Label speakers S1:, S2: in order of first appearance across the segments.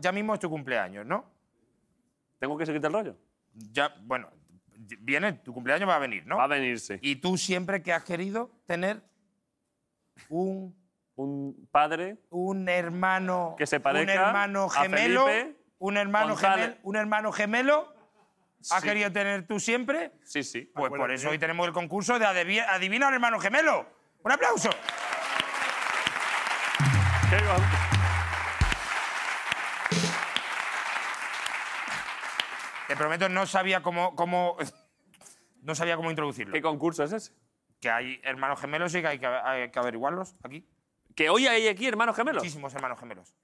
S1: Ya mismo es tu cumpleaños, ¿no?
S2: ¿Tengo que seguirte el rollo?
S1: Ya, bueno, viene, tu cumpleaños va a venir, ¿no?
S2: Va a venir, sí.
S1: Y tú siempre que has querido tener un,
S2: Un padre
S1: un hermano.
S2: Que se parezca
S1: Un hermano
S2: a
S1: gemelo.
S2: Felipe
S1: un hermano
S2: González.
S1: gemelo. Un hermano gemelo. ¿Has
S2: Sí.
S1: querido tener tú siempre?
S2: Sí, sí.
S1: Pues por eso hoy tenemos el concurso de adivi- Adivina al hermano gemelo. ¡Un aplauso!
S2: Qué guapo.
S1: Te prometo, no sabía cómo. cómo no sabía cómo introducirlo.
S2: ¿Qué concurso es ese?
S1: Que hay hermanos gemelos y que hay que, hay que averiguarlos aquí.
S2: Que hoy hay aquí hermanos gemelos.
S1: Muchísimos hermanos gemelos.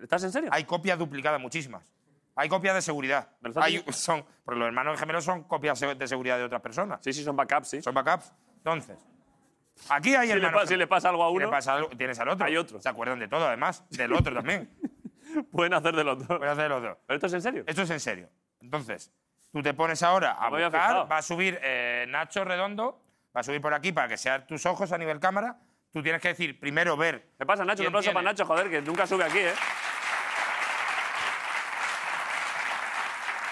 S2: ¿Estás en serio?
S1: Hay copias duplicadas, muchísimas. Hay copias de seguridad.
S2: ¿Me lo estás
S1: Hay-
S2: diciendo?
S1: son, porque los hermanos gemelos son copias de seguridad de otras personas.
S2: Sí, sí, son backups, sí.
S1: Son backups. Entonces, aquí hay
S2: Si le,
S1: hermanos
S2: pa- si le
S1: gemelos.
S2: pasa algo a
S1: Si le
S2: uno,
S1: pasa algo, tienes al otro.
S2: Hay otro.
S1: Se acuerdan de todo, además. Del otro también.
S2: pueden hacer de los dos.
S1: Voy a hacer los dos.
S2: ¿Pero esto es en serio?
S1: Esto es en serio. Entonces, tú te pones ahora a
S2: No me había
S1: buscar.
S2: fijado.
S1: Va a subir eh, Nacho Redondo. Va a subir por aquí para que sean tus ojos a nivel cámara. Tú tienes que decir, primero ver.
S2: ¿Qué pasa, Nacho? Un
S1: ¿Quién
S2: aplauso
S1: tiene?
S2: para Nacho, joder, que nunca sube aquí, ¿eh?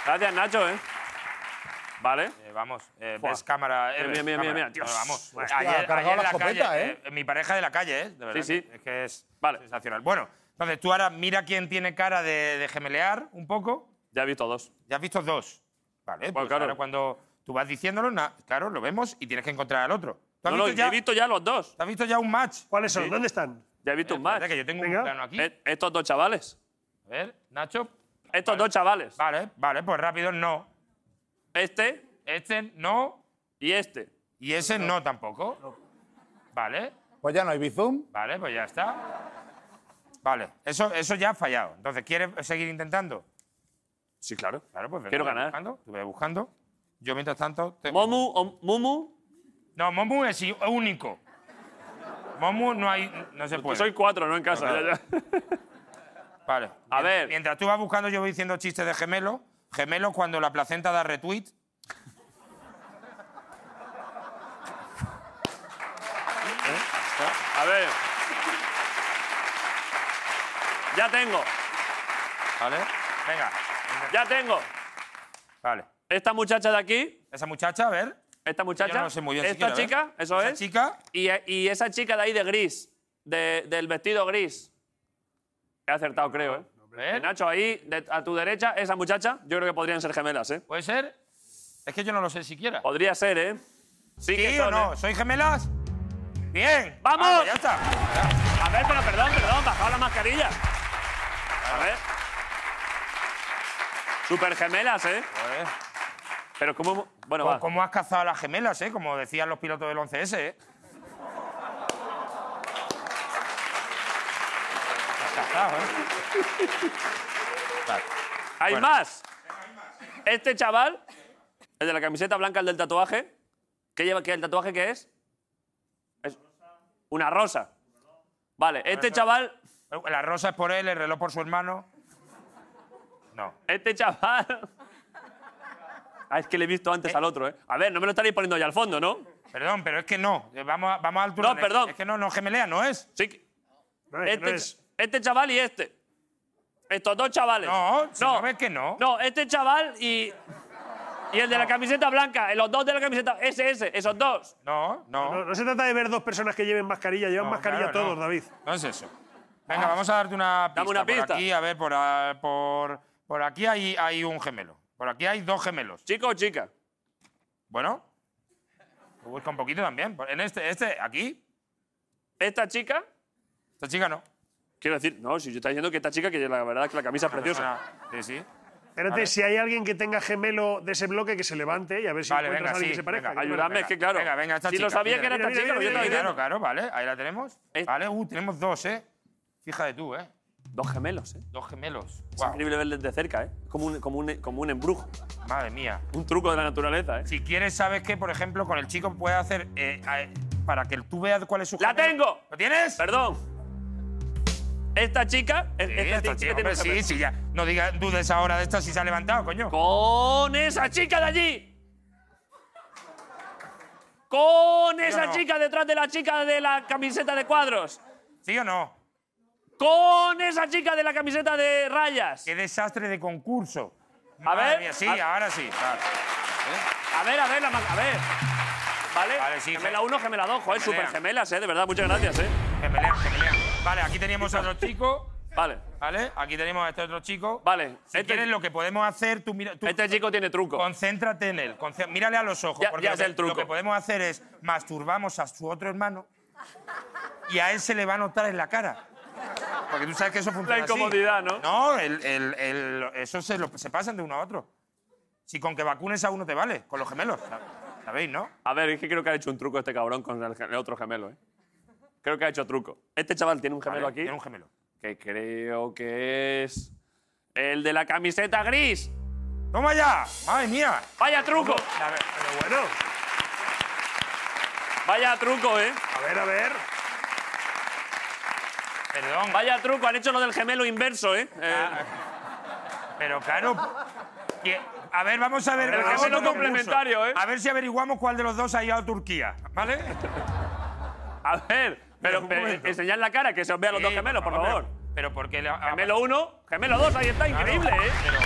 S2: Gracias, Nacho, ¿eh? Vale.
S1: Eh, vamos, eh,
S2: Buah.
S1: ves cámara. eh,
S2: Mira,
S1: ves
S2: mira, mira,
S1: cámara.
S2: mira, Dios.
S1: Pero vamos,
S2: Hostia,
S1: ayer,
S3: ha cargado
S1: ayer en
S3: la
S1: la
S3: escopeta,
S1: calle,
S3: ¿eh?
S1: eh, Mi pareja de la calle, ¿eh? De verdad.
S2: Sí, sí.
S1: Es que es
S2: Vale.
S1: sensacional. Bueno, entonces tú ahora mira quién tiene cara de, de gemelear un poco.
S2: Ya he visto dos.
S1: Ya has visto dos. Vale, pues
S2: claro.
S1: ahora cuando tú vas diciéndolo, na- claro, lo vemos y tienes que encontrar al otro. ¿Tú has,
S2: No, no,
S1: visto, ya,
S2: he visto ya los dos.
S1: ¿tú has visto ya un match?
S3: ¿Cuáles son? ¿Dónde están?
S2: Ya he visto un
S1: Espérate,
S2: match.
S1: que yo tengo
S3: Venga.
S1: un plano aquí.
S2: Eh, Estos dos chavales.
S1: A ver, Nacho.
S2: Estos dos chavales.
S1: Vale, vale, pues rápido, no.
S2: Este
S1: Este no
S2: y este.
S1: y ese no, tampoco. Vale.
S3: Pues ya no hay Bizum.
S1: Vale, pues ya está. Vale, eso, eso ya ha fallado. Entonces, ¿quieres seguir intentando?
S2: Sí, claro.
S1: Claro, pues ve-
S2: Quiero
S1: ve
S2: ganar.
S1: Buscando, tú ve buscando. Yo mientras tanto. te-
S2: Momu, o- Mumu,
S1: No, Momu es i- único. Momu no hay. No se puede.
S2: soy cuatro, no en casa.
S1: Claro.
S2: ya, ya.
S1: Vale.
S2: A
S1: Mien-
S2: ver.
S1: Mientras tú vas buscando, yo voy diciendo chistes de gemelo. Gemelo cuando la placenta da retweet.
S2: A ver. Ya tengo,
S1: ¿Vale? Venga.
S2: ya tengo.
S1: Vale.
S2: Esta muchacha de aquí,
S1: Esa muchacha, a ver.
S2: esta muchacha,
S1: Yo no lo sé muy bien. si
S2: esta
S1: quiero, ¿eh?
S2: chica, eso
S1: Esa
S2: es,
S1: chica.
S2: y, y esa chica de ahí de gris, de- del vestido gris. He acertado, creo, ¿eh?
S1: ¿eh?
S2: Nacho, ahí, de- a tu derecha, esa muchacha, yo creo que podrían ser gemelas, ¿eh?
S1: ¿Puede ser? Es que yo no lo sé siquiera.
S2: Podría ser, ¿eh? Sí, que
S1: ¿Sí o
S2: son,
S1: no?
S2: ¿eh?
S1: ¿Soy gemelas? Bien.
S2: ¡Vamos!
S1: Ah, pues ya está.
S2: A ver, pero perdón, perdón, bajado la mascarilla. A ver. Super gemelas, ¿eh?
S1: Joder.
S2: Pero cómo... Bueno,
S1: ¿Cómo,
S2: va.
S1: cómo has cazado a las gemelas, eh? Como decían los pilotos del 11S, eh. Has cazado, ¿eh? Vale.
S2: ¿Hay
S1: Bueno.
S2: más? Este chaval, el de la camiseta blanca, el del tatuaje, ¿qué lleva? ¿Qué, ¿El tatuaje qué es? es? Una rosa. Vale, este chaval,
S1: La rosa es por él, el reloj por su hermano. No.
S2: este chaval... Ah, es que le he visto antes al otro, ¿eh? A ver, no me lo estaréis poniendo ya al fondo, ¿no?
S1: Perdón, pero es que no. Eh, Vamos a, vamos a altura.
S2: No, perdón.
S1: Es que no, no gemelea, no es.
S2: Sí. que-
S3: No
S2: Este, este chaval y este. Estos dos chavales.
S1: No, si no ves que no.
S2: No, este chaval y. Y el de la camiseta blanca, eh, los dos de la camiseta, ese, ese, esos dos.
S1: No, no.
S4: No, no se trata de ver dos personas que lleven mascarilla, llevan
S1: No,
S4: mascarilla
S1: claro,
S4: todos,
S1: no.
S4: David.
S1: No es eso. Venga, vamos a darte una pista.
S2: Ah. Dame una
S1: Por
S2: pista.
S1: aquí, a ver, por, a- por, por aquí hay, hay un gemelo. Por aquí hay dos gemelos.
S2: ¿Chico o chica?
S1: Bueno, tú busca un poquito también. En este, este, aquí,
S2: ¿Esta chica?
S1: esta chica no.
S2: Quiero decir, no, si yo está diciendo que esta chica, que la verdad es que la camisa es preciosa.
S1: Persona- Sí, sí.
S3: Espérate, si hay alguien que tenga gemelo de ese bloque, que se levante y a ver si
S1: Vale,
S3: encuentras
S1: venga,
S3: a alguien
S1: sí.
S3: que se parezca.
S1: venga,
S3: Yo me-
S2: Ayúdame, es que claro.
S1: Venga, venga, esta
S2: si
S1: chica.
S2: lo sabía que era
S1: mira,
S2: esta
S3: mira,
S2: chica, lo
S3: mira,
S2: yo estaba
S3: mira,
S2: diciendo.
S1: Claro, claro, vale. Ahí la tenemos.
S2: Es-
S1: Vale, uh, tenemos dos, ¿eh? Fíjate tú, ¿eh?
S2: Dos gemelos, ¿eh?
S1: Dos gemelos.
S2: Es
S1: Guau,
S2: increíble verles de cerca, ¿eh? Como un, como, un, como un embrujo,
S1: madre mía.
S2: un truco de la naturaleza, ¿eh?
S1: Si quieres, sabes que, por ejemplo, con el chico puedes hacer. eh, a- para que tú veas cuál es su.
S2: ¡La
S1: género.
S2: tengo!
S1: ¿Lo tienes?
S2: Perdón. Esta chica. es-
S1: Sí,
S2: esta
S1: esta
S2: chica
S1: chica,
S2: tiene
S1: hombre,
S2: un
S1: sí,
S2: gemelo.
S1: sí, ya. No digas dudes ahora de esta si se ha levantado, coño.
S2: Con esa chica de allí. Con esa
S1: no.
S2: chica detrás de la chica de la camiseta de cuadros.
S1: ¿Sí o no?
S2: Con esa chica de la camiseta de rayas.
S1: ¡Qué desastre de concurso!
S2: A
S1: Madre
S2: ver,
S1: mía, sí,
S2: a-
S1: ahora sí. Vale.
S2: A ver, a ver, la ma- a ver. ¿Vale?
S1: Vale, sí,
S2: gemela 1, gemela 2. Joder,
S1: gemelea.
S2: super gemelas, ¿eh? De verdad, muchas gracias, ¿eh?
S1: Que pelean, que pelean. Vale, aquí teníamos a otro chico.
S2: Vale.
S1: ¿Vale? Aquí tenemos a este otro chico.
S2: Vale,
S1: Si
S2: este-
S1: quieres, lo que podemos hacer, tú mira. tú-
S2: Este chico tiene truco.
S1: Concéntrate en él, conce- mírale a los ojos.
S2: Ya-
S1: porque
S2: ya
S1: lo
S2: es
S1: que-
S2: el truco.
S1: Lo que podemos hacer es masturbamos a su otro hermano y a él se le va a notar en la cara. Porque tú sabes que eso funciona. así.
S2: incomodidad, ¿no?
S1: No, el, el- el- eso se, lo- se pasan de uno a otro. Si con que vacunes a uno te vale, con los gemelos. sa- ¿Sabéis, no?
S2: A ver, es que creo que ha hecho un truco este cabrón con el, ge- el otro gemelo, ¿eh? Creo que ha hecho truco. Este chaval tiene un gemelo
S1: Vale,
S2: aquí.
S1: Tiene un gemelo.
S2: que creo que es el de la camiseta gris.
S1: ¡Toma ya! ¡Madre mía!
S2: Vaya truco,
S1: La ver-
S3: Pero bueno,
S2: vaya truco, ¿eh?
S3: a ver, a ver.
S1: Perdón,
S2: Vaya truco, han hecho lo del gemelo inverso, ¿eh? Eh,
S1: pero claro. que- A ver, vamos a ver.
S2: El
S1: hagamos
S2: gemelo
S1: otro
S2: complementario,
S1: concurso.
S2: ¿eh?
S1: A ver si averiguamos cuál de los dos ha ido a Turquía, ¿vale?
S2: a ver, pero
S1: un momento.
S2: pe- enseñad la cara, que se os vean los dos
S1: Sí,
S2: gemelos, por favor.
S1: Pero, pero porque le- ah,
S2: Gemelo 1, gemelo 2, ahí está,
S1: claro,
S2: increíble, ¿eh?
S1: pero-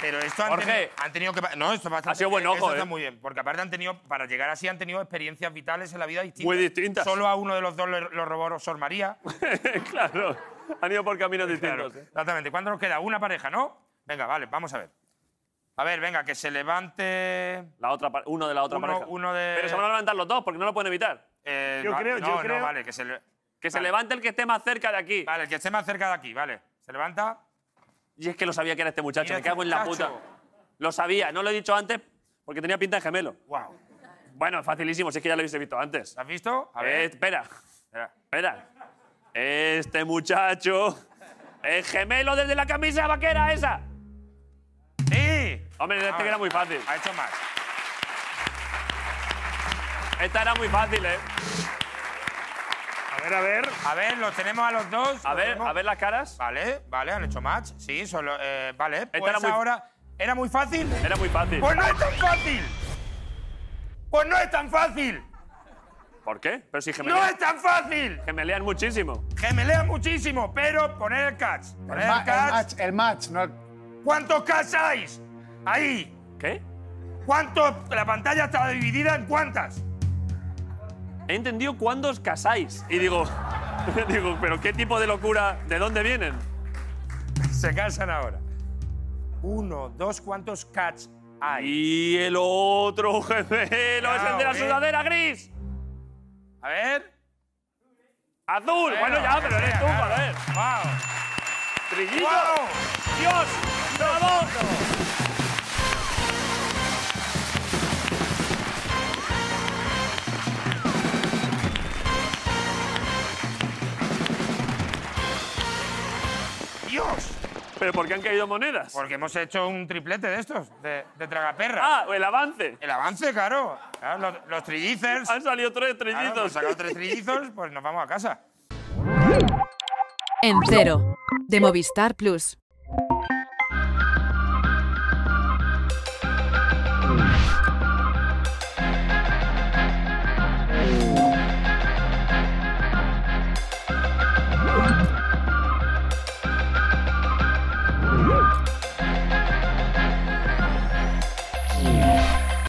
S1: Pero esto han,
S2: Jorge.
S1: tenido, han tenido que. pa- No, esto es bastante.
S2: Ha sido buen ojo,
S1: esto está
S2: ¿eh?
S1: muy bien. Porque aparte han tenido. Para llegar así han tenido experiencias vitales en la vida distintas.
S2: Muy distintas.
S1: Solo a uno de los dos lo lo robó Sor María.
S2: ¿eh? claro, han ido por caminos distintos. ¿eh?
S1: Exactamente. ¿Cuánto nos queda? Una pareja, ¿no? Venga, vale, vamos a ver. A ver, venga, que se levante.
S2: La otra, pa- uno de la otra
S1: Uno-
S2: pareja.
S1: uno de-
S2: Pero se van a levantar los dos, porque no lo pueden evitar.
S1: eh,
S3: Yo
S1: va-
S3: creo,
S1: no,
S3: yo
S1: no,
S3: creo-
S1: vale, que se, le-
S2: Que se
S1: Vale.
S2: levante el que esté más cerca de aquí.
S1: vale, el que esté más cerca de aquí, vale. Se levanta.
S2: Y es que lo sabía que era este muchacho,
S1: Mira
S2: me cago
S1: este
S2: en la
S1: muchacho.
S2: puta. Lo sabía, no lo he dicho antes porque tenía pinta de gemelo.
S1: ¡Wow!
S2: Bueno, es facilísimo, si es que ya lo habéis visto antes.
S1: ¿Lo has visto? A
S2: Eh,
S1: ver.
S2: espera,
S1: espera.
S2: espera. Este muchacho es gemelo desde la camisa vaquera esa.
S1: ¡Sí!
S2: Hombre, este
S1: Ah,
S2: que era muy fácil.
S1: Ha hecho más.
S2: Esta era muy fácil, ¿eh?
S3: A ver, a ver.
S1: A ver, los tenemos a los dos.
S2: A
S1: los
S2: ver,
S1: tenemos-
S2: a ver las caras.
S1: Vale, vale, han hecho match. Sí, solo. eh, vale, pues
S2: era muy-
S1: ahora. ¿Era muy fácil?
S2: Era muy fácil.
S1: ¡Pues no es tan fácil! ¡Pues no es tan fácil!
S2: ¿Por qué? Pero si
S1: ¡No
S2: gemelean,
S1: es tan fácil!
S2: gemelean muchísimo.
S1: Gemelea muchísimo, pero poner el catch. Poner
S4: ma-
S1: el catch.
S4: match, el match, no el-
S1: ¿Cuántos catch hay? Ahí.
S2: ¿Qué?
S1: ¿Cuántos? La pantalla está dividida en cuántas.
S2: He entendido cuándo os casáis. Y digo, digo, pero qué tipo de locura, ¿de dónde vienen?
S1: Se casan ahora. Uno, dos, ¿cuántos catch hay?
S2: Y el otro gemelo es el de
S1: Cuidado,
S2: la
S1: eh.
S2: sudadera gris.
S1: A ver.
S2: Azul. Bueno, ya, pero eres tú, joder.
S1: ¡Wow!
S2: Trillito.
S1: ¡Wow!
S2: ¡Dios! ¡Bravo!
S1: ¡Dios!
S2: ¿Pero por qué han caído monedas?
S1: Porque hemos hecho un triplete de estos, de, de tragaperra.
S2: Ah, el avance.
S1: El avance, claro. Claro, los, los trillizers.
S2: Han salido tres
S1: Claro, hemos
S2: trillitos.
S1: sacado tres trillizos, pues nos vamos a casa.
S5: En cero. De Movistar Plus.